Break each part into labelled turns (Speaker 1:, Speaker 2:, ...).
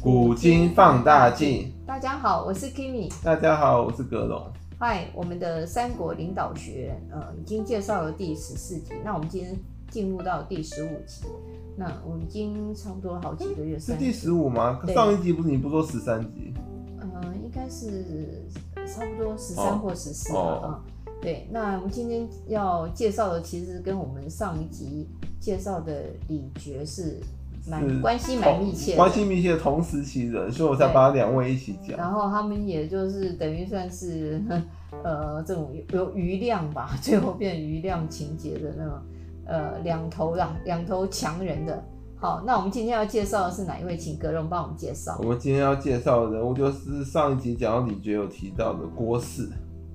Speaker 1: 古今放大镜。
Speaker 2: 大家好，我是 Kimi。
Speaker 1: 大家好，我是葛龙。
Speaker 2: 嗨，我们的三国领导学，呃，已经介绍了第十四集，那我们今天进入到第十五集。那我们已经差不多好几个月，
Speaker 1: 是
Speaker 2: 三
Speaker 1: 第十五吗？
Speaker 2: 对
Speaker 1: 上一集不是你不说十三集？
Speaker 2: 呃，应该是差不多十
Speaker 1: 哦
Speaker 2: 三或十四吧。
Speaker 1: 哦
Speaker 2: 啊、对，那我们今天要介绍的，其实跟我们上一集介绍的李觉是
Speaker 1: 是哦
Speaker 2: 蛮关系蛮密切的，
Speaker 1: 关系密切，同时期的，所以我才把两位一起讲。
Speaker 2: 然后他们也就是等于算是 呃这种有有余量吧， 最后变余量情节的那种呃两头狼两头强人的。好，那我们今天要介绍的是哪一位？请格隆帮我们介绍
Speaker 1: 我。们今天要介绍的人物就是上一集讲到李觉有提到的郭氏，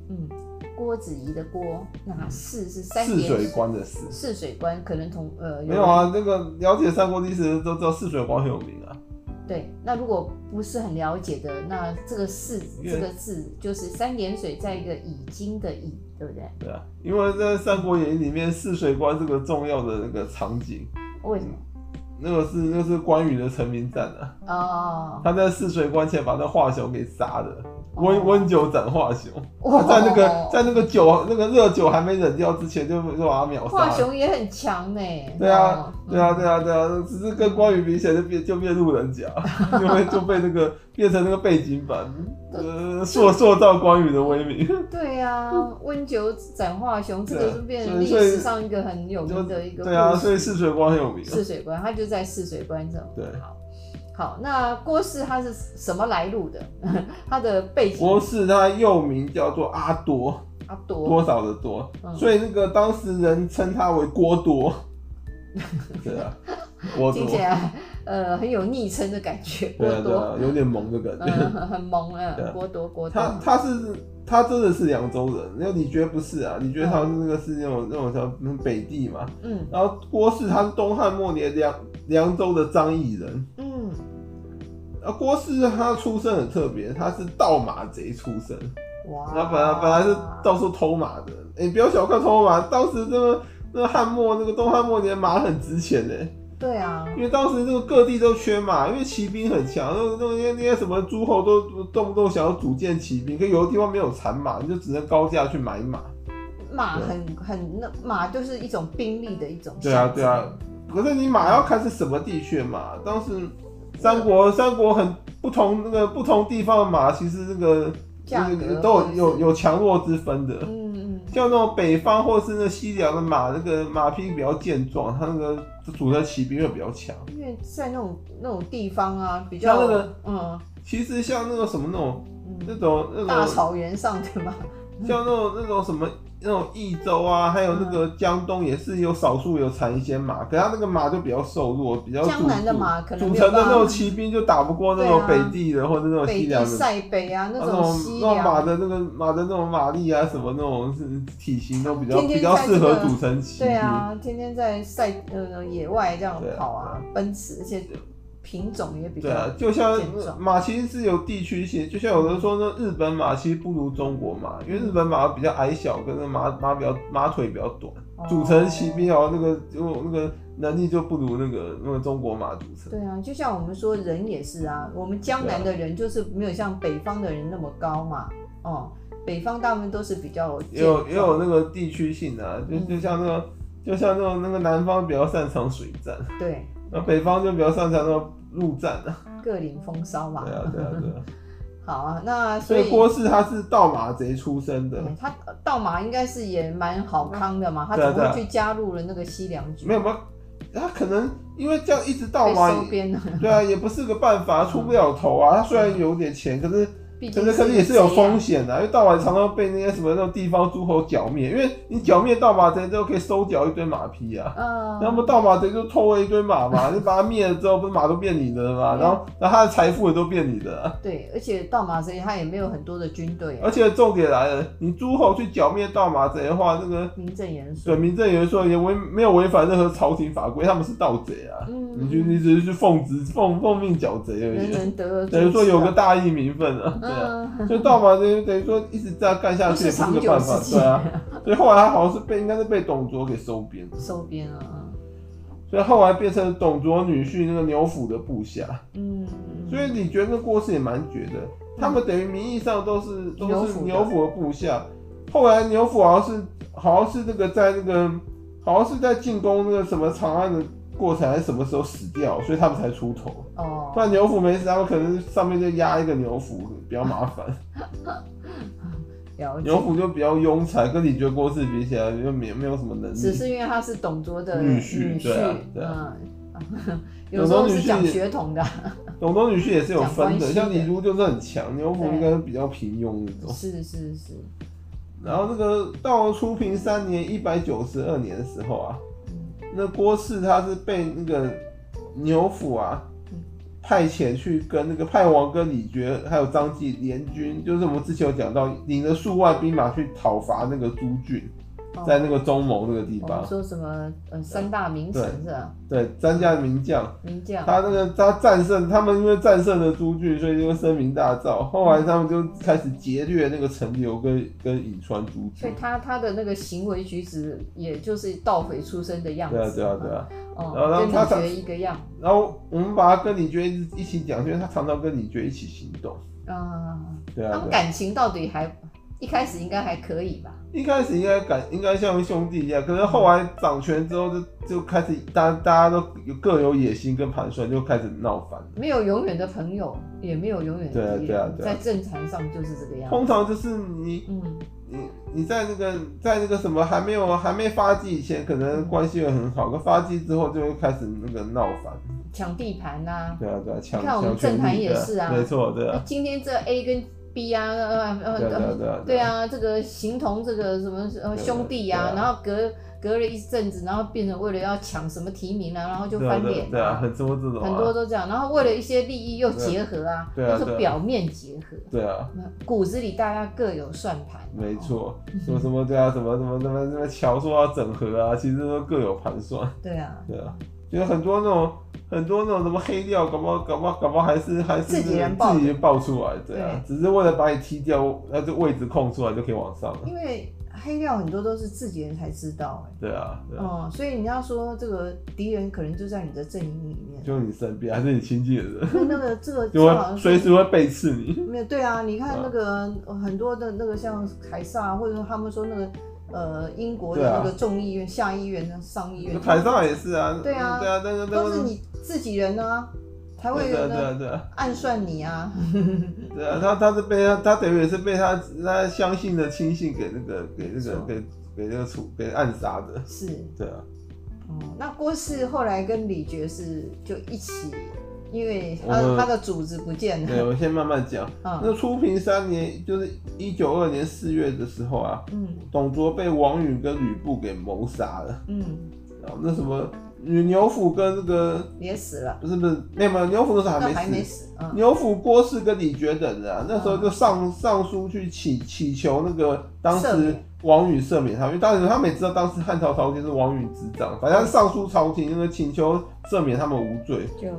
Speaker 2: 嗯，郭子仪的郭，那四是三
Speaker 1: 泗
Speaker 2: 点
Speaker 1: 水关的氏。
Speaker 2: 泗水关，可能同呃
Speaker 1: 没有啊，那个了解三国历史的人都知道泗水关很有名啊。
Speaker 2: 对，那如果不是很了解的，那这个四
Speaker 1: 因为
Speaker 2: 这个字就是三点水在一个已经的已，对不对？
Speaker 1: 对啊，因为在《三国演义》里面，泗水关这个重要的那个场景，
Speaker 2: 为什么？
Speaker 1: 那个是那个是关羽的成名战啊，
Speaker 2: 哦，
Speaker 1: 他在泗水关前把那华雄给杀了，温温酒斩华雄，
Speaker 2: 哇
Speaker 1: 他在那
Speaker 2: 哦
Speaker 1: 个在那个酒那个热酒还没冷掉之前就就把他秒
Speaker 2: 华
Speaker 1: 杀了。
Speaker 2: 雄也很强呢、
Speaker 1: 对啊，
Speaker 2: 哦
Speaker 1: 对啊，对啊，对啊，只是跟关羽比起来就变就变路人甲， 因为就被那个变成那个背景板，呃，塑塑造关羽的威名。
Speaker 2: 对啊，温酒斩华雄，这
Speaker 1: 嗯对
Speaker 2: 个
Speaker 1: 啊
Speaker 2: 就变成
Speaker 1: 所以
Speaker 2: 历
Speaker 1: 所以
Speaker 2: 史上一个很有名的一个
Speaker 1: 对啊，
Speaker 2: 故事
Speaker 1: 所以泗水关很有名啊。
Speaker 2: 泗水关，他就在泗水关这种。
Speaker 1: 对
Speaker 2: 好，好，那郭氏他是什么来路的？ 他的背景
Speaker 1: 国氏他又名叫做阿多，
Speaker 2: 阿多
Speaker 1: 多少的多，
Speaker 2: 嗯
Speaker 1: 所以那个当时人称他为郭 多。对啊，郭多
Speaker 2: 听，起来呃很有昵称的感觉，
Speaker 1: 对
Speaker 2: 郭
Speaker 1: 啊对
Speaker 2: 多，
Speaker 1: 啊，有点萌的感觉。
Speaker 2: 嗯，很萌
Speaker 1: 对啊
Speaker 2: 啊，郭多郭多，
Speaker 1: 他他是他真的是凉州人，那你觉得不是啊？你觉得他是那个是那种那种叫北地嘛？
Speaker 2: 嗯
Speaker 1: 然后郭氏他是东汉末年凉凉州的张邑人。
Speaker 2: 嗯，
Speaker 1: 啊，郭氏他出身很特别，他是盗马贼出身。
Speaker 2: 哇，
Speaker 1: 他本来本来是到处偷马的，哎、不要小看偷马，当时那个那个汉末那个东汉末年马很值钱呢，
Speaker 2: 对啊，
Speaker 1: 因为当时那个各地都缺马，因为骑兵很强，那个那个那些那些什么诸侯都动不动想要组建骑兵，可有的地方没有产马，你就只能高价去买马。
Speaker 2: 马
Speaker 1: 对
Speaker 2: 很很那马就是一种兵力的一种，
Speaker 1: 对啊对啊，可是你马要看是什么地区的马，当时三国三国很不同那个不同地方的马，其实那个
Speaker 2: 价格
Speaker 1: 那个都有
Speaker 2: 或者
Speaker 1: 有
Speaker 2: 是
Speaker 1: 有强弱之分的。
Speaker 2: 嗯嗯
Speaker 1: 像那种北方或是那西凉的马，那个马匹比较健壮，它那个组的骑兵会比较强。
Speaker 2: 嗯，因为在那种那种地方啊，比
Speaker 1: 像
Speaker 2: 较
Speaker 1: 那个
Speaker 2: 嗯
Speaker 1: 其实像那个什么那种那
Speaker 2: 嗯
Speaker 1: 种那
Speaker 2: 大
Speaker 1: 种
Speaker 2: 草原上对吧？
Speaker 1: 像那种那种什么那种益州啊，还有那个江东也是有少数有产一些马，可它那个马就比较瘦弱，比较
Speaker 2: 江南的马可能
Speaker 1: 组
Speaker 2: 没有
Speaker 1: 成的
Speaker 2: 办
Speaker 1: 那种
Speaker 2: 法，
Speaker 1: 骑兵就打不过那种
Speaker 2: 对啊
Speaker 1: 北地的或者那种
Speaker 2: 北
Speaker 1: 西
Speaker 2: 地
Speaker 1: 凉的。
Speaker 2: 塞北啊那
Speaker 1: 那
Speaker 2: 种
Speaker 1: 种
Speaker 2: 西
Speaker 1: 那种马
Speaker 2: 凉，
Speaker 1: 的那个马的那种马力啊，什么那种是体型都比较
Speaker 2: 天天
Speaker 1: 比较
Speaker 2: 在
Speaker 1: 适
Speaker 2: 这
Speaker 1: 合
Speaker 2: 个
Speaker 1: 组成骑兵。
Speaker 2: 对啊，天天在塞呃野外这样跑啊
Speaker 1: 对，
Speaker 2: 奔驰，而且品种也比
Speaker 1: 对啊
Speaker 2: 较，
Speaker 1: 就像
Speaker 2: 健壮
Speaker 1: 马其实是有地区性，就像有人说那日本马其实不如中国马，因为日本马比较矮小，跟那马马比较马腿比较短，组成骑兵
Speaker 2: 哦。
Speaker 1: 哦那个就那个能力就不如那个那个中国马组成。
Speaker 2: 对啊，就像我们说人也是啊，我们江南的人就是没有像北方的人那么高嘛，哦、北方大部分都是比较
Speaker 1: 也有
Speaker 2: 健
Speaker 1: 也有那个地区性啊，就
Speaker 2: 嗯
Speaker 1: 就像那个就像那种那个南方比较擅长水战，
Speaker 2: 对
Speaker 1: 那北方就比较擅长那种陆战 啊。
Speaker 2: 各领风骚嘛。
Speaker 1: 对啊对啊对啊，
Speaker 2: 好啊，那所
Speaker 1: 所以
Speaker 2: 以
Speaker 1: 郭氏他是盗马贼出身的，
Speaker 2: 嗯他盗马应该是也蛮好康的嘛，他
Speaker 1: 对啊
Speaker 2: 怎么会
Speaker 1: 对
Speaker 2: 去加入了那个西凉军？
Speaker 1: 没有没有，他可能因为这样一直盗
Speaker 2: 被
Speaker 1: 马
Speaker 2: 收编了，
Speaker 1: 对啊，也不是个办法，出不了头啊。他虽然有点钱，可是
Speaker 2: 毕
Speaker 1: 可
Speaker 2: 竟
Speaker 1: 是可是也是有风
Speaker 2: 险。
Speaker 1: 险的、啊，因为盗马常常被那些什么那种地方诸侯剿灭，因为你剿灭盗马贼之后可以收缴一堆马匹啊。
Speaker 2: 嗯，
Speaker 1: 那么盗马贼就偷了一堆马 嘛，就把它灭了之后，不是马都变你的了嘛？
Speaker 2: 嗯
Speaker 1: 然后，然后他的财富也都变你的啊、
Speaker 2: 对，而且盗马贼他也没有很多的军队、啊
Speaker 1: 而，且重点来了，你诸侯去剿灭盗马贼的话，那个
Speaker 2: 名正言顺。
Speaker 1: 对名正言顺也违没有违反任何朝廷法规，他们是盗贼啊。
Speaker 2: 嗯，
Speaker 1: 你就你只是去奉旨奉奉命剿贼而
Speaker 2: 人
Speaker 1: 已，
Speaker 2: 人得而
Speaker 1: 等于说有个
Speaker 2: 诛之啊
Speaker 1: 大义名分啊。对啊。
Speaker 2: 嗯，
Speaker 1: 就盗马贼等于说一直这样干下去也不
Speaker 2: 不是
Speaker 1: 是
Speaker 2: 长
Speaker 1: 个
Speaker 2: 久
Speaker 1: 办
Speaker 2: 之
Speaker 1: 法，
Speaker 2: 计
Speaker 1: 对啊。所以后来他好像是被应该是被董卓给收编，
Speaker 2: 收编了啊。
Speaker 1: 所以后来变成董卓女婿那个牛辅的部下。
Speaker 2: 嗯，嗯
Speaker 1: 所以李觉跟郭氏也蛮绝的，他们等于名义上都是都
Speaker 2: 牛
Speaker 1: 是
Speaker 2: 辅的
Speaker 1: 牛辅的部下，后来牛辅好像是好像是那个在那个好像是在进攻那个什么长安的过程还是什么时候死掉，所以他们才出头。
Speaker 2: 哦
Speaker 1: 不，然牛辅没死，他们可能上面就压一个牛辅，比较麻烦。
Speaker 2: 了解
Speaker 1: 牛。辅就比较庸才，跟李觉郭氏比起来就没没有什么能力。
Speaker 2: 只是因为他是董卓的
Speaker 1: 女婿对啊对
Speaker 2: 嗯，有时候是讲血统的，啊
Speaker 1: 董卓女婿也是有分
Speaker 2: 讲关系
Speaker 1: 的，
Speaker 2: 的
Speaker 1: 像李儒就是很强，牛辅应该是比较平庸那种。
Speaker 2: 是是是，
Speaker 1: 然后那个到初平三年一百九十二年的时候啊，
Speaker 2: 嗯
Speaker 1: 那郭氏他是被那个牛辅啊
Speaker 2: 嗯
Speaker 1: 派遣去跟那个派王跟李觉还有张继联军，就是我们之前有讲到，领着数万兵马去讨伐那个朱郡，
Speaker 2: 哦
Speaker 1: 在那个中牟那个地
Speaker 2: 我们
Speaker 1: 方，
Speaker 2: 说什么呃三大名臣是吧？
Speaker 1: 对詹家的名将。
Speaker 2: 名将，
Speaker 1: 他那个他战胜，他们因为战胜了朱郡，所以就声名大噪。后来他们就开始劫掠那个陈留跟跟颍川诸
Speaker 2: 所以
Speaker 1: 郡。
Speaker 2: 他他的那个行为举止也就是盗匪出身的样子，
Speaker 1: 对啊，对啊，对啊。然后
Speaker 2: 哦，
Speaker 1: 他
Speaker 2: 跟
Speaker 1: 他
Speaker 2: 李觉一个样，啊
Speaker 1: 然后我们把他跟李觉一直一起讲，因为他常常跟李觉一起行动。
Speaker 2: 嗯，
Speaker 1: 对
Speaker 2: 他
Speaker 1: 啊，
Speaker 2: 们
Speaker 1: 对啊。
Speaker 2: 感情到底还一开始应该还可以吧？
Speaker 1: 一开始应该感应该像兄弟一样，可是后来掌权之后就就开始大大家都有各有野心跟盘算，就开始闹翻了。
Speaker 2: 没有永远的朋友，也没有永远
Speaker 1: 对啊
Speaker 2: 的敌
Speaker 1: 对啊
Speaker 2: 人，
Speaker 1: 对啊
Speaker 2: 在政坛上就是这个样
Speaker 1: 通
Speaker 2: 子，
Speaker 1: 常就是你
Speaker 2: 嗯，
Speaker 1: 你你在那个在那个什么还没有还没发迹以前，可能关系会很好，可发迹之后就会开始那个闹翻。
Speaker 2: 抢地盘呐。
Speaker 1: 对啊对啊，抢
Speaker 2: 你看我们
Speaker 1: 抢权
Speaker 2: 政坛
Speaker 1: 力
Speaker 2: 也
Speaker 1: 对
Speaker 2: 是啊
Speaker 1: 没错对
Speaker 2: 那
Speaker 1: 啊，
Speaker 2: 今天这 A 跟 B 啊，呃 呃
Speaker 1: 对啊对啊
Speaker 2: 呃，
Speaker 1: 对啊，
Speaker 2: 对，啊，这个形同这个什么
Speaker 1: 对
Speaker 2: 呃
Speaker 1: 对
Speaker 2: 兄弟
Speaker 1: 对
Speaker 2: 啊
Speaker 1: 啊，
Speaker 2: 然后隔隔了一阵子，然后变成为了要抢什么提名啊，然后就
Speaker 1: 对啊
Speaker 2: 翻
Speaker 1: 对啊
Speaker 2: 脸
Speaker 1: 对啊，很多这种
Speaker 2: 很多
Speaker 1: 啊，
Speaker 2: 都这样，然后为了一些利益又结合啊，
Speaker 1: 对啊对啊对
Speaker 2: 就是
Speaker 1: 啊
Speaker 2: 表面结合，
Speaker 1: 对啊，
Speaker 2: 那骨子里大家各有算盘，
Speaker 1: 没，错，
Speaker 2: 嗯
Speaker 1: 什么什么对啊，什么什么什么什么乔说要整合啊，其实都各有盘算，
Speaker 2: 对啊，
Speaker 1: 对啊，就是很多那种很多那种什么黑料，搞不好搞不好搞不好还是还是
Speaker 2: 自己
Speaker 1: 那
Speaker 2: 人
Speaker 1: 种
Speaker 2: 爆
Speaker 1: 自己
Speaker 2: 的
Speaker 1: 人爆出来，对啊，只是为了把你踢掉，那就位置空出来就可以往上了，
Speaker 2: 因为黑料很多都是自己人才知道、哎。
Speaker 1: 对啊，对啊，
Speaker 2: 哦、所以你要说这个敌人可能就在你的阵营里面，
Speaker 1: 就你身边还是你亲近的人，
Speaker 2: 所以那个这 个
Speaker 1: 就
Speaker 2: 好像
Speaker 1: 会
Speaker 2: 是啊
Speaker 1: 随时会背刺你，
Speaker 2: 没有对啊，你看
Speaker 1: 对啊
Speaker 2: 那个、呃很多的那个像凯撒，或者说他们说那个呃英国的
Speaker 1: 对啊
Speaker 2: 那个众议院、下议院、上议院，
Speaker 1: 台上也是啊，
Speaker 2: 对啊
Speaker 1: 对啊，但是但
Speaker 2: 都是你自己人啊，才会
Speaker 1: 对
Speaker 2: 有
Speaker 1: 啊对
Speaker 2: 人
Speaker 1: 啊对啊。
Speaker 2: 暗算你啊。
Speaker 1: 对啊，他他是被他他等于也是被他他相信的亲信给那个给那
Speaker 2: 是
Speaker 1: 个
Speaker 2: 吗
Speaker 1: 给给那个处给暗杀的，
Speaker 2: 是，
Speaker 1: 对 啊，
Speaker 2: 哦、那郭氏后来跟李觉是就一起，因为他
Speaker 1: 我们
Speaker 2: 他的组织不见
Speaker 1: 对，
Speaker 2: 了，
Speaker 1: 我先慢慢讲。
Speaker 2: 嗯
Speaker 1: 那初平三年，就是一九二年四月的时候啊，
Speaker 2: 嗯
Speaker 1: 董卓被王允跟吕布给谋杀了，
Speaker 2: 嗯，
Speaker 1: 然后那什么牛牛辅跟那个
Speaker 2: 也死了，
Speaker 1: 不是不是没有没有牛辅那时候
Speaker 2: 那
Speaker 1: 还
Speaker 2: 还
Speaker 1: 没
Speaker 2: 没
Speaker 1: 死。
Speaker 2: 死，嗯
Speaker 1: 牛辅、郭氏跟李觉等人啊，那时候就上上书去祈祈求那个当
Speaker 2: 赦
Speaker 1: 时
Speaker 2: 免
Speaker 1: 王允赦免他，因为当时他们也知道当时汉朝朝廷是王允执掌，反正他上书朝廷那个请求赦免他们无罪。
Speaker 2: 就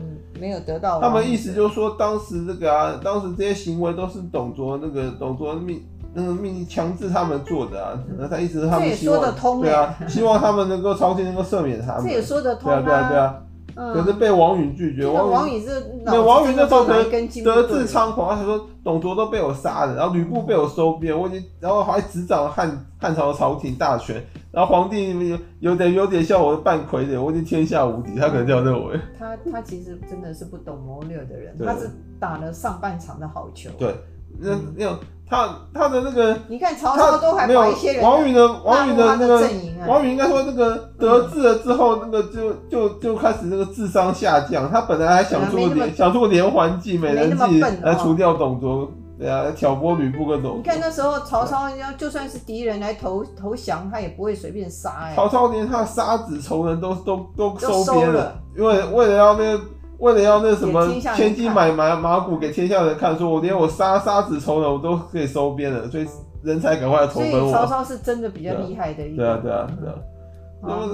Speaker 2: 没有得到
Speaker 1: 他
Speaker 2: 王
Speaker 1: 们
Speaker 2: 允
Speaker 1: 意思就是说，当时这个啊，当时这些行为都是董卓那个董卓命那个命强制他们做的啊，那他意思是他
Speaker 2: 嗯这
Speaker 1: 们
Speaker 2: 也
Speaker 1: 希
Speaker 2: 说
Speaker 1: 望
Speaker 2: 得通
Speaker 1: 对啊
Speaker 2: 哎，，
Speaker 1: 希望他们能够朝廷能够赦免他们。
Speaker 2: 这也说得通
Speaker 1: 对啊对啊对啊，
Speaker 2: 嗯
Speaker 1: 可是被王允拒绝，
Speaker 2: 这个
Speaker 1: 王
Speaker 2: 王
Speaker 1: 允
Speaker 2: 宇这
Speaker 1: 那王允那时候
Speaker 2: 得
Speaker 1: 得
Speaker 2: 根筋不
Speaker 1: 得
Speaker 2: 对
Speaker 1: 志猖狂，他说董卓都被我杀了，然后吕布被我收编，我已经，然后还执掌汉汉朝朝廷大权，然后皇帝有有点有点像我的半傀儡，我已经天下无敌，他可能这样认为。
Speaker 2: 他他其实真的是不懂谋略的人，
Speaker 1: 对
Speaker 2: 他是打了上半场的好球。
Speaker 1: 对那那种他他的那个
Speaker 2: 你看曹操
Speaker 1: 他
Speaker 2: 都还
Speaker 1: 没有
Speaker 2: 把一些人
Speaker 1: 王允的王允
Speaker 2: 纳入他
Speaker 1: 那
Speaker 2: 的
Speaker 1: 个
Speaker 2: 阵营啊，
Speaker 1: 王允应该说那个得志了之后，那个就就就开始那个智商下降，他本来还想出个
Speaker 2: 没那么
Speaker 1: 连想出个连环计、美人
Speaker 2: 没那么
Speaker 1: 计
Speaker 2: 笨
Speaker 1: 来
Speaker 2: 哦
Speaker 1: 除掉董卓，对啊，来挑拨吕布跟
Speaker 2: 你
Speaker 1: 董卓。
Speaker 2: 看那时候曹操要就算是敌人来投投降，他也不会随便杀哎、
Speaker 1: 曹操连他的杀子仇人都都都
Speaker 2: 都
Speaker 1: 收
Speaker 2: 收
Speaker 1: 编了
Speaker 2: 了，
Speaker 1: 因为为了要那个，为了要那什么
Speaker 2: 给天下人
Speaker 1: 千金买马马骨给天下人看，说我连我杀杀子仇人我都可以收编了，所以人才赶快来投
Speaker 2: 所以
Speaker 1: 奔
Speaker 2: 曹
Speaker 1: 我。啊
Speaker 2: 操是真的比较厉害的一
Speaker 1: 对啊
Speaker 2: 个。
Speaker 1: 对啊对啊，那
Speaker 2: 好
Speaker 1: 么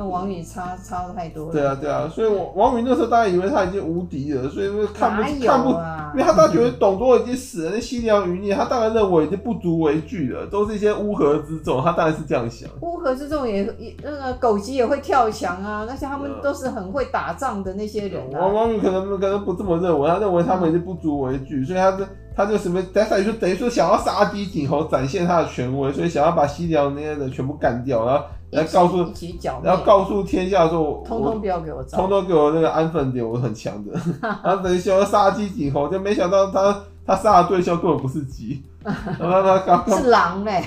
Speaker 2: 那王宇差差太多了。
Speaker 1: 对啊，对啊，所以我王宇那时候大家以为他已经无敌了，所以说看不
Speaker 2: 哪有
Speaker 1: 看不，
Speaker 2: 啊？
Speaker 1: 因为他大家觉得董卓已经死了，那西凉余孽，他大概认为已经不足为惧了，都是一些乌合之众，他大概是这样想。
Speaker 2: 乌合之众也也那个狗急也会跳墙啊，那些他们
Speaker 1: 对啊
Speaker 2: 都是很会打仗的那些人
Speaker 1: 王
Speaker 2: 啊。
Speaker 1: 王宇可能可能不这么认为，他认为他们已经不足为惧，所以他就他就什么，他等于说等于说想要杀鸡儆猴，展现他的权威，所以想要把西凉那些人全部干掉，然后来告诉
Speaker 2: 一起一起剿灭
Speaker 1: 然，后告诉天下说我，
Speaker 2: 通通不要给我
Speaker 1: 通
Speaker 2: 招。
Speaker 1: 通给我那个安分点，我很强的。然后等于想要杀鸡儆猴，就没想到他他杀的对象根本不是鸡，然后他刚刚
Speaker 2: 是狼嘞，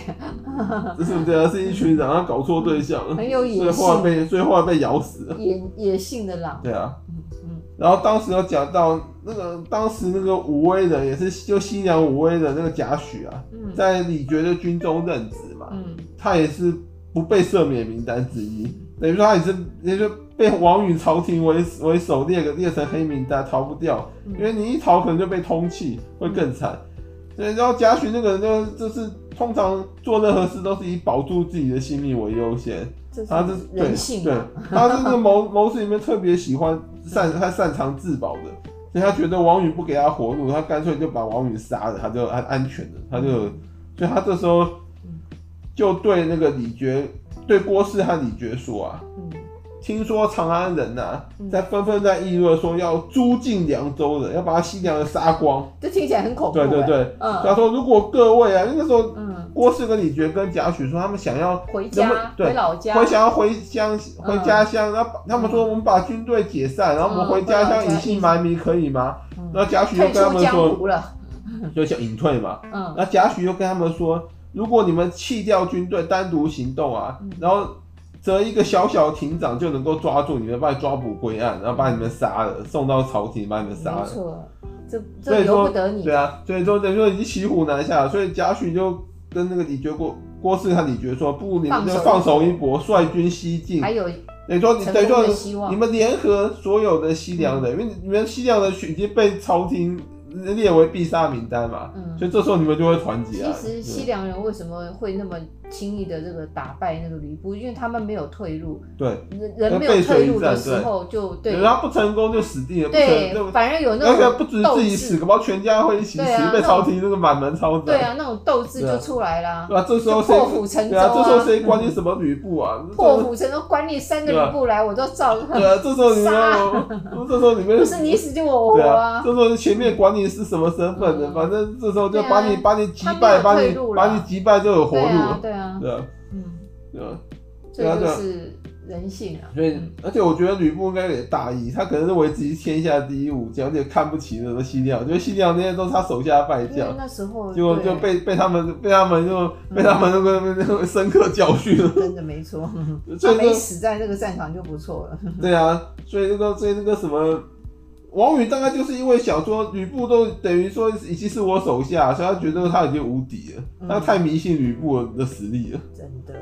Speaker 1: 这是对啊，是一群人，他搞错对象，
Speaker 2: 很有
Speaker 1: 所以
Speaker 2: 野
Speaker 1: 后来
Speaker 2: 性，
Speaker 1: 被所以后来被咬死了。
Speaker 2: 野野性的狼。
Speaker 1: 对啊，
Speaker 2: 嗯嗯，
Speaker 1: 然后当时有讲到那个当时那个武威人也是就西凉武威的那个贾诩啊，
Speaker 2: 嗯
Speaker 1: 在李傕的军中任职嘛，
Speaker 2: 嗯，
Speaker 1: 他也是不被赦免名单之一，等于说他也是也就被王允朝廷为为首列个列成黑名单，逃不掉，
Speaker 2: 嗯
Speaker 1: 因为你一逃可能就被通缉，会更惨。所以，然后贾诩那个人就就是通常做任何事都是以保住自己的性命为优先，
Speaker 2: 这是
Speaker 1: 他是对
Speaker 2: 人性啊
Speaker 1: 对
Speaker 2: 嘛。，
Speaker 1: 他是那个谋谋士里面特别喜欢擅他擅长自保的，所以他觉得王允不给他活路，他干脆就把王允杀了，他就安安全了，他就，所以他这时候就对那个李觉，对郭氏和李觉说啊，
Speaker 2: 嗯
Speaker 1: 听说长安人呐、啊
Speaker 2: 嗯，
Speaker 1: 在纷纷在议论说要诛尽凉州人，要把他西凉人杀光。
Speaker 2: 这听起来很恐怖。
Speaker 1: 对对
Speaker 2: 欸，
Speaker 1: 对，
Speaker 2: 嗯
Speaker 1: 他说如果各位啊，因为那时候
Speaker 2: 嗯，
Speaker 1: 郭氏跟李觉跟贾诩说他们想要
Speaker 2: 回
Speaker 1: 能
Speaker 2: 家
Speaker 1: 不对
Speaker 2: 回老家，嗯
Speaker 1: 回想要回乡回家乡，然后把他们说我们把军队解散，然后我们回家乡
Speaker 2: 嗯
Speaker 1: 隐姓埋名可以吗？
Speaker 2: 嗯
Speaker 1: 然后贾诩又跟
Speaker 2: 退
Speaker 1: 他
Speaker 2: 出
Speaker 1: 们
Speaker 2: 江
Speaker 1: 说，
Speaker 2: 湖了。
Speaker 1: 就想隐退嘛。
Speaker 2: 嗯
Speaker 1: 然后贾诩又跟他们说，如果你们弃掉军队单独行动啊
Speaker 2: 嗯，
Speaker 1: 然后则一个小小亭长就能够抓住你们，把你抓捕归案，然后把你们杀了，送到朝廷把你们杀
Speaker 2: 嗯没
Speaker 1: 了。
Speaker 2: 错，这
Speaker 1: 所
Speaker 2: 这
Speaker 1: 以
Speaker 2: 由
Speaker 1: 说
Speaker 2: 不得你
Speaker 1: 对。啊，所以说等于说已经骑虎难下了，所以贾诩就跟那个李觉郭郭汜和李觉说，不如你们就
Speaker 2: 放
Speaker 1: 放
Speaker 2: 手
Speaker 1: 手
Speaker 2: 一
Speaker 1: 一搏，率军西进。
Speaker 2: 还有
Speaker 1: 等于说你
Speaker 2: 成
Speaker 1: 等于
Speaker 2: 功
Speaker 1: 说
Speaker 2: 的希望嗯
Speaker 1: 你。们联合所有的西凉人，因为你们西凉人已经被朝廷列为必杀名单嘛，
Speaker 2: 嗯
Speaker 1: 所以这时候你们就会团结
Speaker 2: 其
Speaker 1: 啊。
Speaker 2: 实西
Speaker 1: 对
Speaker 2: 凉人为什么会那么轻易的这个打败那个吕布？因为他们没有退路，
Speaker 1: 对，
Speaker 2: 人人没有退路的时候就对
Speaker 1: 人家不成功就死定了，不成
Speaker 2: 对，
Speaker 1: 就
Speaker 2: 反正有
Speaker 1: 而且
Speaker 2: 那
Speaker 1: 不
Speaker 2: 种
Speaker 1: 只是
Speaker 2: 斗
Speaker 1: 自己死，
Speaker 2: 志，
Speaker 1: 搞不好全家会一起
Speaker 2: 对啊
Speaker 1: 死，被
Speaker 2: 那
Speaker 1: 朝
Speaker 2: 种
Speaker 1: 廷那个满门抄
Speaker 2: 对
Speaker 1: 斩。
Speaker 2: 啊，那种斗志就出来啦
Speaker 1: 对，啊，这时候
Speaker 2: 就
Speaker 1: 谁
Speaker 2: 破釜沉舟
Speaker 1: 对啊，这时候谁管
Speaker 2: 嗯
Speaker 1: 你什么吕布啊？这时候
Speaker 2: 破釜沉舟，管你三个
Speaker 1: 对啊
Speaker 2: 吕布来，我都 照。
Speaker 1: 对啊，这时候你们
Speaker 2: 杀
Speaker 1: 要，这时候你们
Speaker 2: 不是你死就我活
Speaker 1: 对啊，！这时候前面管你是什么身份的，
Speaker 2: 嗯
Speaker 1: 反正这时候就
Speaker 2: 对啊
Speaker 1: 把你把你击
Speaker 2: 他没
Speaker 1: 败，
Speaker 2: 有
Speaker 1: 把
Speaker 2: 退
Speaker 1: 你
Speaker 2: 路了
Speaker 1: 把你击败就有活
Speaker 2: 对
Speaker 1: 路
Speaker 2: 啊，
Speaker 1: 了，
Speaker 2: 对啊，
Speaker 1: 对啊，
Speaker 2: 嗯，
Speaker 1: 对啊。
Speaker 2: 这
Speaker 1: 对啊
Speaker 2: 就
Speaker 1: 对啊
Speaker 2: 是人性啊。
Speaker 1: 所以
Speaker 2: 嗯，
Speaker 1: 而且我觉得吕布应该有点大意，他可能认为自己是天下第一武将，而且看不起那个西凉，觉得西凉那些都是他手下败
Speaker 2: 因为
Speaker 1: 将，
Speaker 2: 那时候
Speaker 1: 结果
Speaker 2: 对
Speaker 1: 就被被他们被他们就
Speaker 2: 嗯
Speaker 1: 被他们那个那个深刻教训了。
Speaker 2: 真的没错，
Speaker 1: 所
Speaker 2: 他
Speaker 1: 以
Speaker 2: 啊没
Speaker 1: 说，
Speaker 2: 死在这个战场就不错了。
Speaker 1: 对啊，所以那个所以那个什么。王允大概就是因为想说吕布都等于说已经是我手下，所以他觉得他已经无敌了，
Speaker 2: 嗯
Speaker 1: 他太迷信吕布的实力了。
Speaker 2: 真的，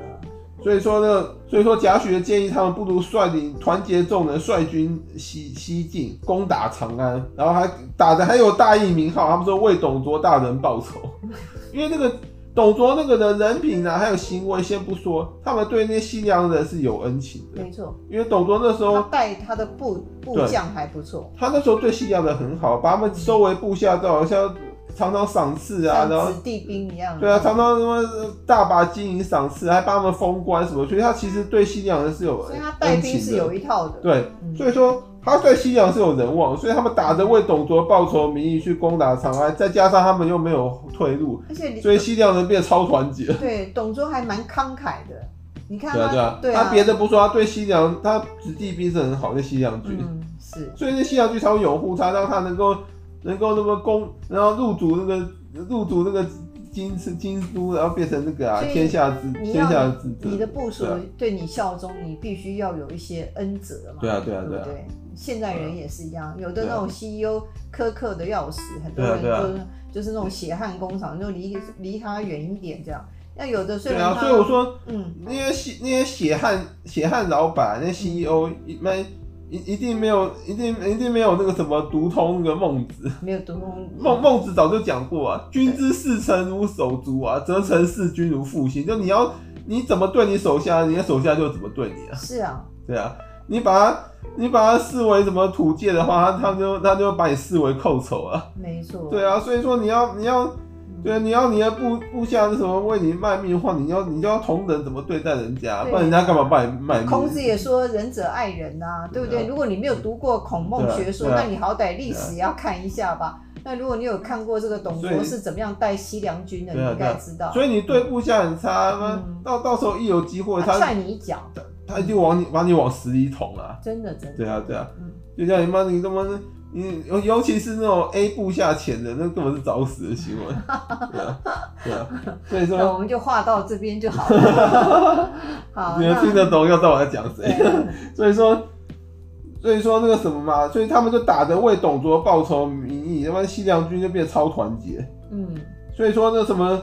Speaker 1: 所以说呢，所以说贾诩建议他们不如率领团结众人，率军西西进，攻打长安，然后还打的还有大义名号，他们说为董卓大人报仇， 因为那个董卓那个人人品啊，还有行为先不说，他们对那些西凉人是有恩情的，
Speaker 2: 没错，
Speaker 1: 因为董卓那时候
Speaker 2: 他带他的部部
Speaker 1: 对
Speaker 2: 将还不错，
Speaker 1: 他那时候对西凉人很好，把他们收为部下，就好像常常赏赐啊，然后
Speaker 2: 像子弟兵一样。
Speaker 1: 对啊，常常什么大把金银赏赐，还帮他们封官什么，所以他其实对西凉人是有
Speaker 2: 所以他带
Speaker 1: 恩
Speaker 2: 兵
Speaker 1: 情
Speaker 2: 是
Speaker 1: 的。
Speaker 2: 有一套的。
Speaker 1: 对，
Speaker 2: 嗯
Speaker 1: 所以说他对西凉是有人望，所以他们打着为董卓报仇的名义去攻打长安，再加上他们又没有退路，
Speaker 2: 而且你
Speaker 1: 所以西凉人变得超团结。
Speaker 2: 对董卓还蛮慷慨的，你看
Speaker 1: 对啊，对
Speaker 2: 他，
Speaker 1: 啊，他别的不说，他对西凉，他子弟兵是很好的西凉军，
Speaker 2: 嗯是，
Speaker 1: 所以那西凉军才会拥护他，让他能够能够那么攻，然后入主那个入主那个京京都，然后变成那个啊
Speaker 2: 所以
Speaker 1: 天下之
Speaker 2: 你
Speaker 1: 天
Speaker 2: 要
Speaker 1: 下之
Speaker 2: 你的
Speaker 1: 子。
Speaker 2: 部署
Speaker 1: 对啊
Speaker 2: 对你效忠，你必须要有一些恩泽嘛。
Speaker 1: 对啊，对啊，
Speaker 2: 对
Speaker 1: 对啊，
Speaker 2: 不对？现在人也是一样，有的
Speaker 1: 对啊
Speaker 2: 那种 CEO 苛刻的要死，很多
Speaker 1: 对啊
Speaker 2: 人
Speaker 1: 对啊
Speaker 2: 就是就是那种血汗工厂，就离离他远一点这样。那有的虽
Speaker 1: 对
Speaker 2: 然
Speaker 1: 啊，
Speaker 2: 他，
Speaker 1: 所以我说。
Speaker 2: 嗯，
Speaker 1: 那些血那些血汗血汗老板，那些 CEO 一没一一定没有一定一定没有那个什么读通那个孟子，
Speaker 2: 没有读通
Speaker 1: 孟孟子早就讲过啊，君之视臣如手足啊，则臣视君如父亲。就你要你怎么对你手下，你的手下就怎么对你啊。
Speaker 2: 是啊，
Speaker 1: 对啊，你把它你把它视为什么土芥的话，他他就他就把你视为寇仇啊。
Speaker 2: 没错，
Speaker 1: 对啊，所以说你要你要
Speaker 2: 嗯，
Speaker 1: 对，啊你要你的部部下是什么为你卖命的话，你要你就要同等怎么对待人家，
Speaker 2: 对
Speaker 1: 不然人家干嘛帮你卖命？
Speaker 2: 孔子也说“仁者爱人”呐，对不
Speaker 1: 对
Speaker 2: 对？
Speaker 1: 啊
Speaker 2: 如果你没有读过孔孟学说，
Speaker 1: 对啊啊对啊
Speaker 2: 那你好歹历史也要看一下吧。那如果你有看过这个董
Speaker 1: 所
Speaker 2: 卓
Speaker 1: 以
Speaker 2: 是怎么样带西凉军的，你
Speaker 1: 对啊
Speaker 2: 应该知道，
Speaker 1: 所以你对部下很差，那、
Speaker 2: 嗯
Speaker 1: 到到时候一有机会，他
Speaker 2: 他啊踹你一脚，
Speaker 1: 他一定往你把你往死里捅啊！
Speaker 2: 真的真的。
Speaker 1: 对啊，对啊，
Speaker 2: 嗯，
Speaker 1: 就像你妈你他妈的你尤尤其是那种 A 部下潜的，那根本是找死的行为。对啊，对啊，所以
Speaker 2: 那
Speaker 1: 说
Speaker 2: 我们就画到这边就 好了。好，
Speaker 1: 你们
Speaker 2: 那
Speaker 1: 听得懂要知道我在讲谁。
Speaker 2: 对啊
Speaker 1: 所以说，所以说那个什么嘛，所以他们就打着为董卓报仇的名义，他妈西凉军就变超团结。
Speaker 2: 嗯，
Speaker 1: 所以说那什么，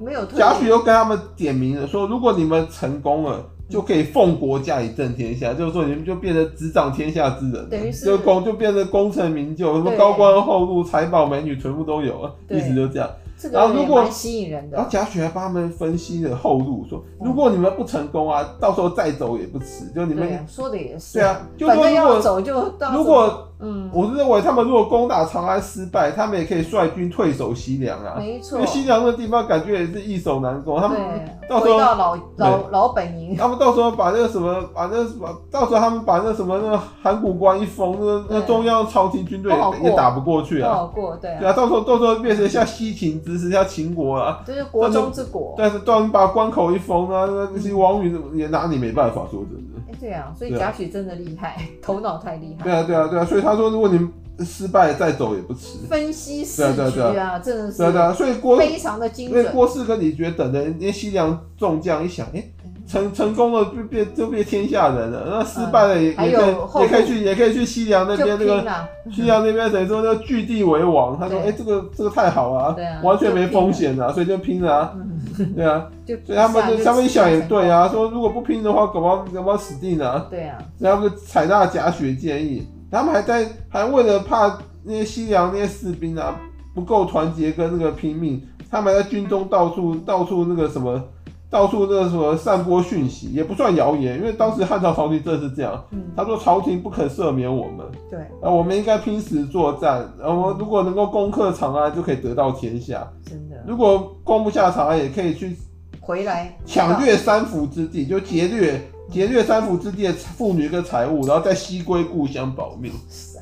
Speaker 2: 没有退
Speaker 1: 贾诩
Speaker 2: 路。
Speaker 1: 又跟他们点名了，说如果你们成功了。就可以奉国家以正天下，就是说你们就变成执掌天下之人了，
Speaker 2: 等于是
Speaker 1: 就功就变成功成名就，什么
Speaker 2: 对
Speaker 1: 高官厚禄、财宝美女全部都有了，
Speaker 2: 对
Speaker 1: 意思就这样。
Speaker 2: 这
Speaker 1: 然
Speaker 2: 个
Speaker 1: 后
Speaker 2: 人
Speaker 1: 如
Speaker 2: 也
Speaker 1: 果
Speaker 2: 蛮吸引人
Speaker 1: 然后
Speaker 2: 的。
Speaker 1: 贾诩还帮他们分析了后路，说如果你们不成功啊，到时候再走也不迟。就你
Speaker 2: 对
Speaker 1: 们
Speaker 2: 啊，说的也是。
Speaker 1: 对啊，就
Speaker 2: 反
Speaker 1: 说
Speaker 2: 正
Speaker 1: 如
Speaker 2: 要
Speaker 1: 果
Speaker 2: 走就到时候。
Speaker 1: 如果
Speaker 2: 嗯，
Speaker 1: 我认为他们如果攻打长安失败，他们也可以率军退守西凉啊，
Speaker 2: 没
Speaker 1: 因
Speaker 2: 错
Speaker 1: 为。西凉那地方感觉也是易守难攻，他们
Speaker 2: 对，
Speaker 1: 到时
Speaker 2: 回
Speaker 1: 候
Speaker 2: 到老老老本营。
Speaker 1: 他们到时候把那个什么，把那个什么，到时候他们把那什么那个函谷关一封，那那
Speaker 2: 对
Speaker 1: 中央朝廷军队
Speaker 2: 不好过
Speaker 1: 也也打不过去
Speaker 2: 不
Speaker 1: 啊。
Speaker 2: 好过，对
Speaker 1: 对
Speaker 2: 啊，
Speaker 1: 啊，到时候到时候变成像西秦之师，像秦国啊。
Speaker 2: 就是国中之国。
Speaker 1: 但是到你把关口一封啊，那那些
Speaker 2: 嗯
Speaker 1: 王允也拿你没办法，说真的。
Speaker 2: 哎对啊，所以
Speaker 1: 对
Speaker 2: 贾
Speaker 1: 啊
Speaker 2: 诩真的厉害， 头脑太厉害
Speaker 1: 对，啊，对啊，对啊，所以他说，如果你们失败再走也不迟。
Speaker 2: 分析市
Speaker 1: 对啊
Speaker 2: 局
Speaker 1: 对啊对
Speaker 2: 啊，真的
Speaker 1: 对啊，对
Speaker 2: 是
Speaker 1: 啊，所以郭
Speaker 2: 非常的精
Speaker 1: 因为
Speaker 2: 准。
Speaker 1: 郭氏跟李觉等人，那西凉众将一想，哎、成成功了就变就变天下人了，那失败了也、
Speaker 2: 嗯还
Speaker 1: 也
Speaker 2: 有
Speaker 1: 可以
Speaker 2: 后
Speaker 1: 也可
Speaker 2: 顾
Speaker 1: 以去也可以去西凉那
Speaker 2: 就
Speaker 1: 边那
Speaker 2: 拼啊
Speaker 1: 个
Speaker 2: 了，
Speaker 1: 西凉那边等于说叫据地为王，他说哎、
Speaker 2: 对
Speaker 1: 这个这个太好了、
Speaker 2: 对啊
Speaker 1: 完全没风险啊，所以就拼了、 啊，
Speaker 2: 嗯，
Speaker 1: 对啊，
Speaker 2: 就
Speaker 1: 所以他们
Speaker 2: 一下
Speaker 1: 就他们一想也
Speaker 2: 成功
Speaker 1: 对，啊，说如果不拼的话，搞不好搞不好死定了、啊，
Speaker 2: 对啊，
Speaker 1: 所以他们就采纳贾诩的建议，他们还在还为了怕那些西凉那些士兵啊不够团结跟那个拼命，他们还在军中到处到处那个什么。到处那个什么散播讯息，也不算谣言，因为当时汉朝朝廷真的是这样，
Speaker 2: 嗯，
Speaker 1: 他说朝廷不肯赦免我们，
Speaker 2: 对，
Speaker 1: 啊，我们应该拼死作战，然后如果能够攻克长安，就可以得到天下；
Speaker 2: 真的
Speaker 1: 如果攻不下长安，也可以去
Speaker 2: 回来
Speaker 1: 抢掠三府之地，就劫掠劫掠三府之地的妇女跟财物，然后再西归故乡保命。
Speaker 2: 塞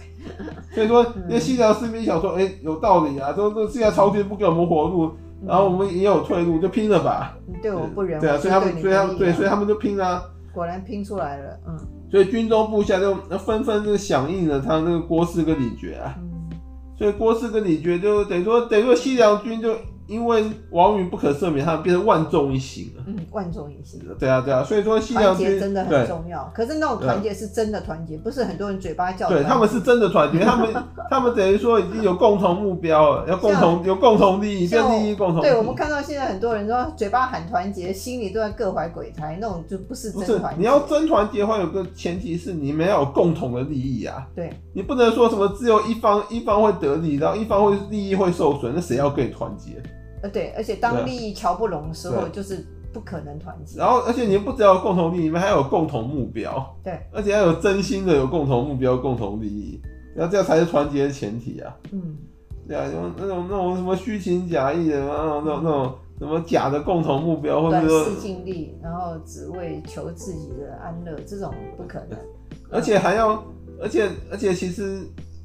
Speaker 1: 所以说，
Speaker 2: 嗯
Speaker 1: 那西凉士兵想说，哎、有道理啊，说这现在朝廷不给我们活路，然后我们也有退路，就拼了吧。
Speaker 2: 你对嗯我不仁，
Speaker 1: 对啊，
Speaker 2: 我
Speaker 1: 所以他
Speaker 2: 就
Speaker 1: 们，
Speaker 2: 你
Speaker 1: 所以他们，
Speaker 2: 不
Speaker 1: 对，
Speaker 2: 义啊
Speaker 1: 所以他们就拼啊。
Speaker 2: 果然拼出来了，嗯
Speaker 1: 所以军中部下就纷纷就响应了他那个郭汜跟李傕啊。
Speaker 2: 嗯，
Speaker 1: 所以郭汜跟李傕就等于说，等于说西凉军就因为王允不可赦免，他们变成万众一心了。
Speaker 2: 嗯，万众一心。
Speaker 1: 对啊，对啊，所以说西
Speaker 2: 团
Speaker 1: 凉
Speaker 2: 结
Speaker 1: 军
Speaker 2: 真的很
Speaker 1: 对
Speaker 2: 重要，可是那种团结是真的团结，不是很多人嘴巴叫团
Speaker 1: 对，
Speaker 2: 结。
Speaker 1: 他们是真的团结，他 们他们等于说已经有共同目标了，要共同有共同利益，变
Speaker 2: 像
Speaker 1: 利益共同体。
Speaker 2: 对我们看到现在很多人说嘴巴喊团结，心里都在各怀鬼胎，那种就不是
Speaker 1: 不
Speaker 2: 真
Speaker 1: 是
Speaker 2: 团结。
Speaker 1: 你要真团结的话，有个前提是你们要有共同的利益啊。
Speaker 2: 对，
Speaker 1: 你不能说什么只有一方一方会得利，然后一方会利益会受损，那谁要跟你团结？
Speaker 2: 呃对，而且
Speaker 1: 对
Speaker 2: 当
Speaker 1: 啊
Speaker 2: 利益瞧不拢的时候，
Speaker 1: 对
Speaker 2: 就是不可能团结。
Speaker 1: 然后，而且你们不只要有共同利益，你们还有共同目标，
Speaker 2: 对，
Speaker 1: 而且要有真心的有共同目标、共同利益，然后这样才是团结的前提啊。
Speaker 2: 嗯，
Speaker 1: 对啊，有那种那种什么虚情假意的，那种那种那种什么假的共同目标，或
Speaker 2: 短
Speaker 1: 者说，
Speaker 2: 视近利，然后只为求自己的安乐，这种不可能。
Speaker 1: 而且还要，而且而且其实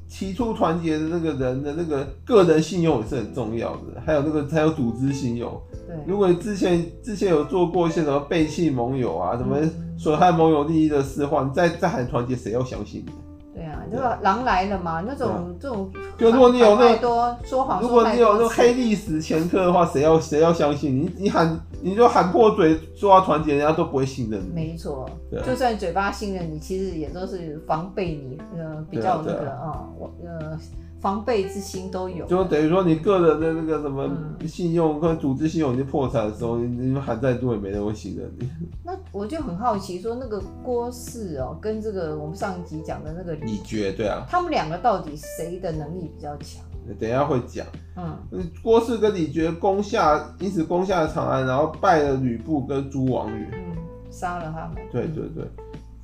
Speaker 1: 提出团结的那个人的那个个人信用也是很重要的，还有那个还有组织信用。
Speaker 2: 对，
Speaker 1: 如果你之前之前有做过一些什么背弃盟友啊，什么
Speaker 2: 嗯
Speaker 1: 损害盟友利益的事的话，你再再喊团结，谁要相信你？
Speaker 2: 对啊，那个狼来了嘛，那种这种反，
Speaker 1: 就如果你有那
Speaker 2: 反派多说谎，
Speaker 1: 如果你有那
Speaker 2: 那
Speaker 1: 种黑，历史前科的话，谁要谁要相信你？你喊你就喊破嘴说要团结，人家都不会信任你。
Speaker 2: 没错
Speaker 1: 对，啊
Speaker 2: 就算嘴巴信任你，其实也都是防备你，呃，比
Speaker 1: 对啊
Speaker 2: 较那
Speaker 1: 对
Speaker 2: 个啊，我呃，防备之心都有。
Speaker 1: 就等于说你个人的那个什么
Speaker 2: 嗯
Speaker 1: 信用跟组织信用已经破产的时候，你你喊再多也没人会信任你。
Speaker 2: 那我就很好奇，说那个郭氏哦，跟这个我们上一集讲的那个，
Speaker 1: 你觉对啊？
Speaker 2: 他们两个到底谁的能力比较强？
Speaker 1: 等一下会讲。
Speaker 2: 嗯，
Speaker 1: 嗯啊郭汜跟李觉攻下，因此攻下长安，然后败了吕布跟诸王允。
Speaker 2: 嗯，杀了他们。
Speaker 1: 对对对，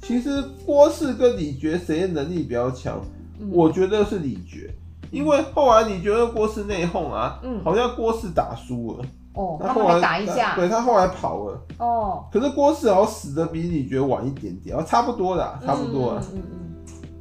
Speaker 1: 其实郭氏跟李觉谁的能力比较强？
Speaker 2: 嗯
Speaker 1: 我觉得是李觉，因为后来你觉得郭氏内讧啊，
Speaker 2: 嗯
Speaker 1: 好像郭氏打输了，
Speaker 2: 哦，
Speaker 1: 那
Speaker 2: 他
Speaker 1: 后
Speaker 2: 们还
Speaker 1: 来
Speaker 2: 打一架
Speaker 1: 对他后来跑了。
Speaker 2: 哦，
Speaker 1: 可是郭氏好像死的比李觉晚一点点，哦，差不多啦，差不多啦。啊
Speaker 2: 嗯嗯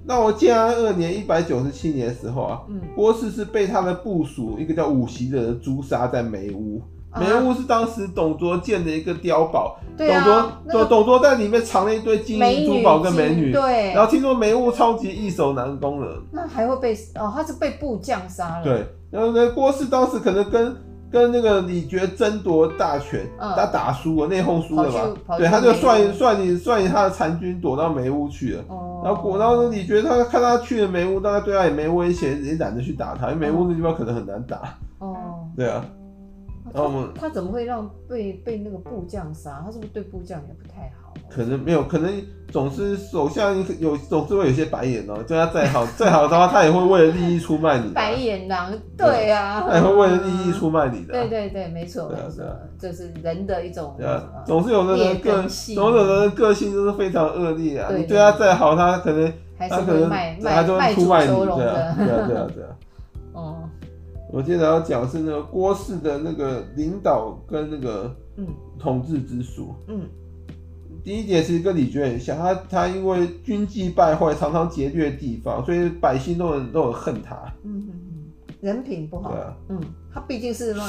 Speaker 1: 那我建安二年一百九十七年的时候啊，
Speaker 2: 嗯嗯
Speaker 1: 郭氏是被他的部属一个叫武袭的人诛杀在梅屋。
Speaker 2: 啊
Speaker 1: 梅屋是当时董卓建的一个碉堡，
Speaker 2: 嗯，
Speaker 1: 董
Speaker 2: 对
Speaker 1: 卓
Speaker 2: 啊，那
Speaker 1: 董
Speaker 2: 个
Speaker 1: 董卓在里面藏了一堆金
Speaker 2: 美
Speaker 1: 银
Speaker 2: 女
Speaker 1: 珠宝跟美
Speaker 2: 进
Speaker 1: 女，
Speaker 2: 对，
Speaker 1: 然后听说梅屋超级易守难攻了，
Speaker 2: 那还会被哦，他是被部将杀了，，
Speaker 1: 对，然后呢，郭氏当时可能跟跟那个李觉争夺大权，
Speaker 2: 嗯
Speaker 1: 他打输了，内讧输了
Speaker 2: 跑去跑
Speaker 1: 嘛，
Speaker 2: 去
Speaker 1: 对，他就
Speaker 2: 梅屋
Speaker 1: 率率领率领他的残军躲到梅屋去了。
Speaker 2: 哦，
Speaker 1: 然后果，然后李觉他看他去了梅屋，大概对他也没威胁，也懒得去打他，因为梅
Speaker 2: 嗯
Speaker 1: 屋那地方可能很难打。
Speaker 2: 哦，
Speaker 1: 对啊，然后我们
Speaker 2: 他他怎么会让被被那个部将杀？他是不是对部将也不太好？
Speaker 1: 可能没有，可能总是手下有总是会有些白眼哦、对他再好再好的话，他也会为了利益出卖你的啊、
Speaker 2: 白眼狼，对啊，
Speaker 1: 他也会为了利益出卖你的啊、
Speaker 2: 对对对，没错
Speaker 1: 对啊
Speaker 2: 没错
Speaker 1: 对啊，
Speaker 2: 这是人的一种
Speaker 1: 对啊，
Speaker 2: 呃
Speaker 1: 总是有的人
Speaker 2: 劣
Speaker 1: 个，
Speaker 2: 根性
Speaker 1: 总有的人个性就是非常恶劣啊。
Speaker 2: 对
Speaker 1: 你对他再好，他可能
Speaker 2: 还是
Speaker 1: 他可
Speaker 2: 会
Speaker 1: 能
Speaker 2: 卖
Speaker 1: 他
Speaker 2: 卖
Speaker 1: 就
Speaker 2: 卖
Speaker 1: 会出
Speaker 2: 主
Speaker 1: 卖你，
Speaker 2: 求荣
Speaker 1: 对啊，对啊，对啊
Speaker 2: 的，，
Speaker 1: 对啊。
Speaker 2: 哦，
Speaker 1: 我接着要讲是那个郭氏的那个领导跟那个
Speaker 2: 嗯
Speaker 1: 统治之术。
Speaker 2: 嗯
Speaker 1: 第一点其实跟李觉很像，他他因为军纪败坏，常常劫掠地方，所以百姓都很都很恨他。
Speaker 2: 嗯嗯，嗯人品不好
Speaker 1: 对，啊，嗯
Speaker 2: 嗯，他毕竟是那种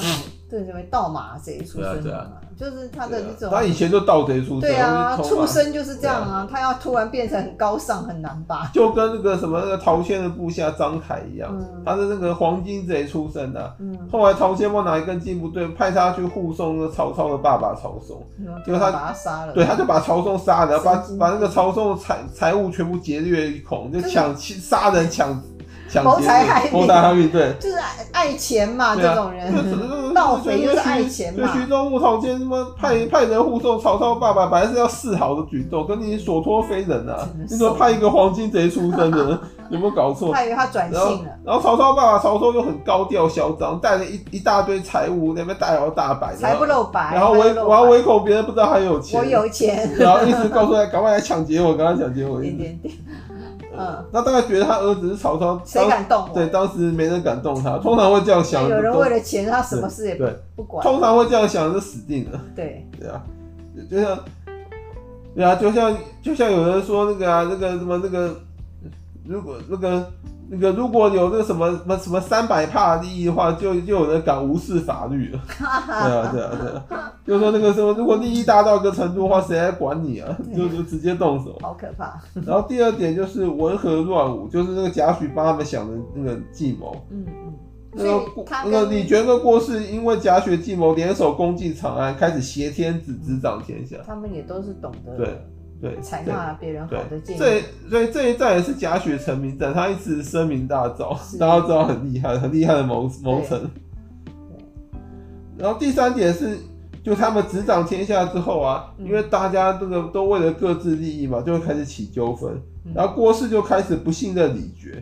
Speaker 2: 对什么盗马贼出身
Speaker 1: 对
Speaker 2: 的
Speaker 1: 啊
Speaker 2: 嘛，就是他
Speaker 1: 对
Speaker 2: 的
Speaker 1: 啊
Speaker 2: 那种
Speaker 1: 他以前就盗贼出身，
Speaker 2: 对啊，
Speaker 1: 我是从
Speaker 2: 畜
Speaker 1: 啊
Speaker 2: 生就是这样啊，他要突然变成很高尚很难吧？
Speaker 1: 就跟那个什么那个陶谦的部下张凯一样，
Speaker 2: 嗯
Speaker 1: 他是那个黄金贼出身的啊、
Speaker 2: 嗯，
Speaker 1: 后来陶谦帮拿一根筋不对，派他去护送那曹操的爸爸曹嵩，
Speaker 2: 就
Speaker 1: 他
Speaker 2: 嗯把他杀了，
Speaker 1: 对，他就把曹嵩杀了，把
Speaker 2: 神经病
Speaker 1: 把那个曹嵩的财财物全部劫掠一空，就
Speaker 2: 真的
Speaker 1: 抢杀人抢 抢
Speaker 2: 谋
Speaker 1: 劫
Speaker 2: 财
Speaker 1: 掠
Speaker 2: 害命
Speaker 1: 谋财害命，对。
Speaker 2: 就是爱爱钱嘛，
Speaker 1: 对
Speaker 2: 这
Speaker 1: 啊
Speaker 2: 种人
Speaker 1: 就
Speaker 2: 盗匪就是爱钱
Speaker 1: 就
Speaker 2: 嘛，嗯
Speaker 1: 徐州牧曹谦他妈派派人护送曹操爸爸，本来是要示好的举动，可你所托非人啊
Speaker 2: 真！的是
Speaker 1: 你怎么派一个黄金贼出身的？ 有没有搞错？
Speaker 2: 他以为他转
Speaker 1: 然后
Speaker 2: 性了，，
Speaker 1: 然后曹操爸爸曹嵩又很高调嚣张，带了一一大堆财物，那边大摇大摆，
Speaker 2: 财不露白，
Speaker 1: 然后
Speaker 2: 我
Speaker 1: 唯我要唯恐别人不知道他有钱，
Speaker 2: 我，有钱，
Speaker 1: 然 后一直告诉他赶快来抢劫我，赶快抢劫我，一
Speaker 2: 点
Speaker 1: 直。
Speaker 2: 点点， 嗯，
Speaker 1: 那大概觉得他儿子是曹操，
Speaker 2: 谁敢动
Speaker 1: 当
Speaker 2: 我？
Speaker 1: 对，当时没人敢动他，通常会这样想，
Speaker 2: 有人
Speaker 1: 都
Speaker 2: 为了钱，他什么事也不
Speaker 1: 对
Speaker 2: 不管，
Speaker 1: 通常会这样想就死定了，
Speaker 2: 对，
Speaker 1: 对啊，就像，对啊，就像就像有人说那个啊，那个什么那个，如果那个那个如果有那个什么什么什么三百帕利益的话，就就有人敢无视法律 了，对啊对啊对啊，就说那个什么，如果利益大到一个程度的话，谁来管你啊？就就直接动手。
Speaker 2: 好可怕，
Speaker 1: 然后第二点就是文和乱武，就是那个贾诩帮他们想的那个计谋。
Speaker 2: 嗯嗯，
Speaker 1: 那
Speaker 2: 所
Speaker 1: 个
Speaker 2: 以他
Speaker 1: 那个
Speaker 2: 跟
Speaker 1: 李傕跟郭氏因为贾诩计谋联手攻进长安，开始挟天子执掌天下。
Speaker 2: 他们也都是懂
Speaker 1: 对
Speaker 2: 得
Speaker 1: 对，
Speaker 2: 采
Speaker 1: 对
Speaker 2: 纳别人好的建
Speaker 1: 对，
Speaker 2: 议，
Speaker 1: 这所以这一战也是贾诩成名战，他一直声名大噪
Speaker 2: 是，
Speaker 1: 大家知道很厉害、很厉害的谋谋臣。然后第三点是，就他们执掌天下之后啊，
Speaker 2: 嗯
Speaker 1: 因为大家这个都为了各自利益嘛，就会开始起纠纷。
Speaker 2: 嗯
Speaker 1: 然后郭氏就开始不信任李傕，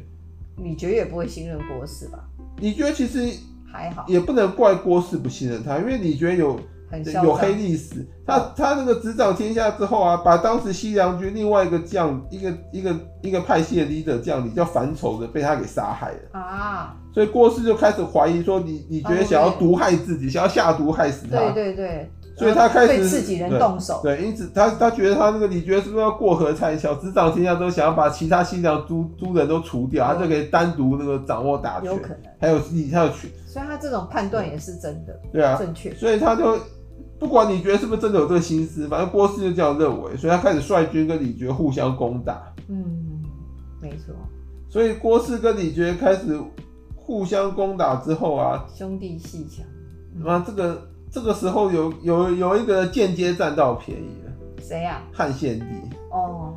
Speaker 2: 你绝也不会信任国师吧？
Speaker 1: 李傕其实
Speaker 2: 还好，
Speaker 1: 也不能怪郭氏不信任他，因为李傕有
Speaker 2: 很嚣张
Speaker 1: 有黑历史。他他那个执掌天下之后啊，把当时西凉军另外一个将一个一个一个派系的 leader 将领叫樊稠的被他给杀害了，
Speaker 2: 啊，
Speaker 1: 所以郭氏就开始怀疑说你你觉得想要
Speaker 2: 哦对
Speaker 1: 毒害自己，想要下毒害死他。
Speaker 2: 对对对，
Speaker 1: 所以他开始
Speaker 2: 对自己人动手，
Speaker 1: 对，因此他他觉得他那个李觉是不是要过河拆桥，执掌天下之后想要把其他西凉诸诸人都除掉，他就可以单独那个掌握大权
Speaker 2: 有，可能，
Speaker 1: 还有你还有权，
Speaker 2: 所以他这种判断也是真的
Speaker 1: 对啊，
Speaker 2: 正确，
Speaker 1: 所以他就不管你觉得是不是真的有这个心思，反正郭氏就这样认为，所以他开始率军跟李觉互相攻打，
Speaker 2: 嗯，没错，
Speaker 1: 所以郭氏跟李觉开始互相攻打之后啊，
Speaker 2: 兄弟戏强，
Speaker 1: 那这个这个时候有有有一个间接占到便宜了，
Speaker 2: 谁呀？
Speaker 1: 汉献帝。
Speaker 2: 哦，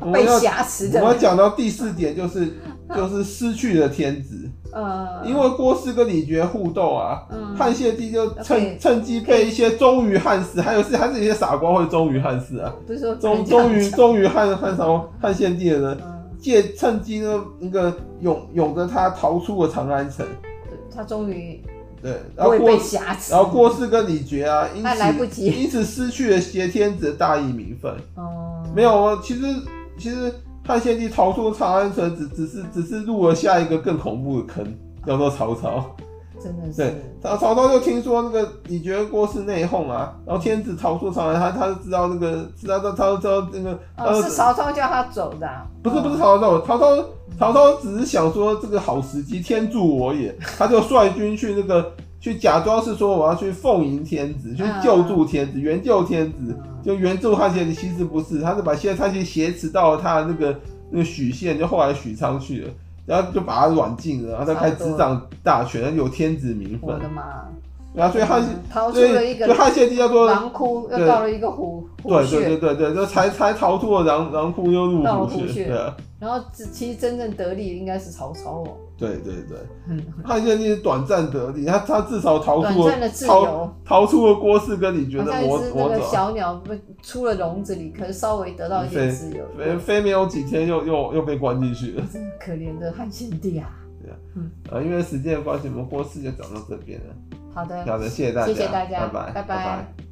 Speaker 1: 我们
Speaker 2: 被
Speaker 1: 要
Speaker 2: 挟持
Speaker 1: 我们要
Speaker 2: 的，
Speaker 1: 讲到第四点就是就是失去了天子，
Speaker 2: 呃，
Speaker 1: 因为郭氏跟李觉互斗啊。
Speaker 2: 嗯
Speaker 1: 汉献帝就
Speaker 2: 可
Speaker 1: 趁
Speaker 2: 以
Speaker 1: 趁机被一些忠于汉室，还有是还是一些傻瓜会忠于汉室啊，
Speaker 2: 不是说
Speaker 1: 忠
Speaker 2: 可以这样
Speaker 1: 忠于
Speaker 2: 讲
Speaker 1: 忠于汉汉朝汉献帝的人，
Speaker 2: 嗯
Speaker 1: 借趁机呢那个拥拥着他逃出了长安城。
Speaker 2: 对他终于
Speaker 1: 对，然
Speaker 2: 不
Speaker 1: 后
Speaker 2: 会
Speaker 1: 郭
Speaker 2: 被挟持，
Speaker 1: 然后郭氏跟李傕啊，因
Speaker 2: 哎来不
Speaker 1: 此
Speaker 2: 及
Speaker 1: 因此失去了挟天子的大义名分，
Speaker 2: 嗯，
Speaker 1: 没有啊，其实其实汉献帝逃出长安城，只只是只是入了下一个更恐怖的坑，叫做曹操。
Speaker 2: 真的
Speaker 1: 对
Speaker 2: 哦是，
Speaker 1: 曹曹操就听说那个李觉郭是内讧啊，然后天子逃出长安，他他就知道那个知道他他知道那个，他
Speaker 2: 哦，
Speaker 1: 就是
Speaker 2: 曹操叫他走的啊、
Speaker 1: 呃不是
Speaker 2: 哦
Speaker 1: 不是，曹操，曹操曹操只是想说这个好时机，天助我也，他就率军去那个 去假装是说我要去奉迎天子，去
Speaker 2: 嗯
Speaker 1: 救助天子，援救天子
Speaker 2: 嗯，
Speaker 1: 就援助汉献帝。其实不是，他是把现在他去挟持到了他的那个那个许县，就后来许昌去了。然后就把他软禁了，然后再开始执掌大权，有天子名分
Speaker 2: 我。的妈！
Speaker 1: 然后所以汉
Speaker 2: 嗯逃出
Speaker 1: 所以
Speaker 2: 了一个
Speaker 1: 所以汉献帝叫做
Speaker 2: 狼窟，又
Speaker 1: 对
Speaker 2: 到了一个虎虎
Speaker 1: 对对对
Speaker 2: 穴，
Speaker 1: 对对，就才才逃脱了狼狼窟，又入
Speaker 2: 到了
Speaker 1: 虎
Speaker 2: 虎
Speaker 1: 穴。
Speaker 2: 穴
Speaker 1: 对啊
Speaker 2: 然后只其实真正得利应该是曹操哦，
Speaker 1: 对对对。
Speaker 2: 嗯，
Speaker 1: 汉献帝是短暂得利，他他至少逃
Speaker 2: 短
Speaker 1: 出
Speaker 2: 暂
Speaker 1: 了
Speaker 2: 的自
Speaker 1: 逃
Speaker 2: 由，
Speaker 1: 逃出了郭氏跟你觉
Speaker 2: 好
Speaker 1: 得
Speaker 2: 像一
Speaker 1: 魔
Speaker 2: 只那
Speaker 1: 魔
Speaker 2: 个
Speaker 1: 爪，
Speaker 2: 小鸟不出了笼子里，可是稍微得到一点
Speaker 1: 飞
Speaker 2: 自由，
Speaker 1: 飞飞没有几天又又又被关进去了
Speaker 2: 真的可怜的汉献帝啊！
Speaker 1: 啊！因为时间的关系，我们郭氏就讲到这边了。
Speaker 2: 好的，
Speaker 1: 好的，谢谢大家，
Speaker 2: 嗯谢谢大
Speaker 1: 拜
Speaker 2: 家，
Speaker 1: 拜
Speaker 2: 拜
Speaker 1: 拜
Speaker 2: 拜
Speaker 1: 拜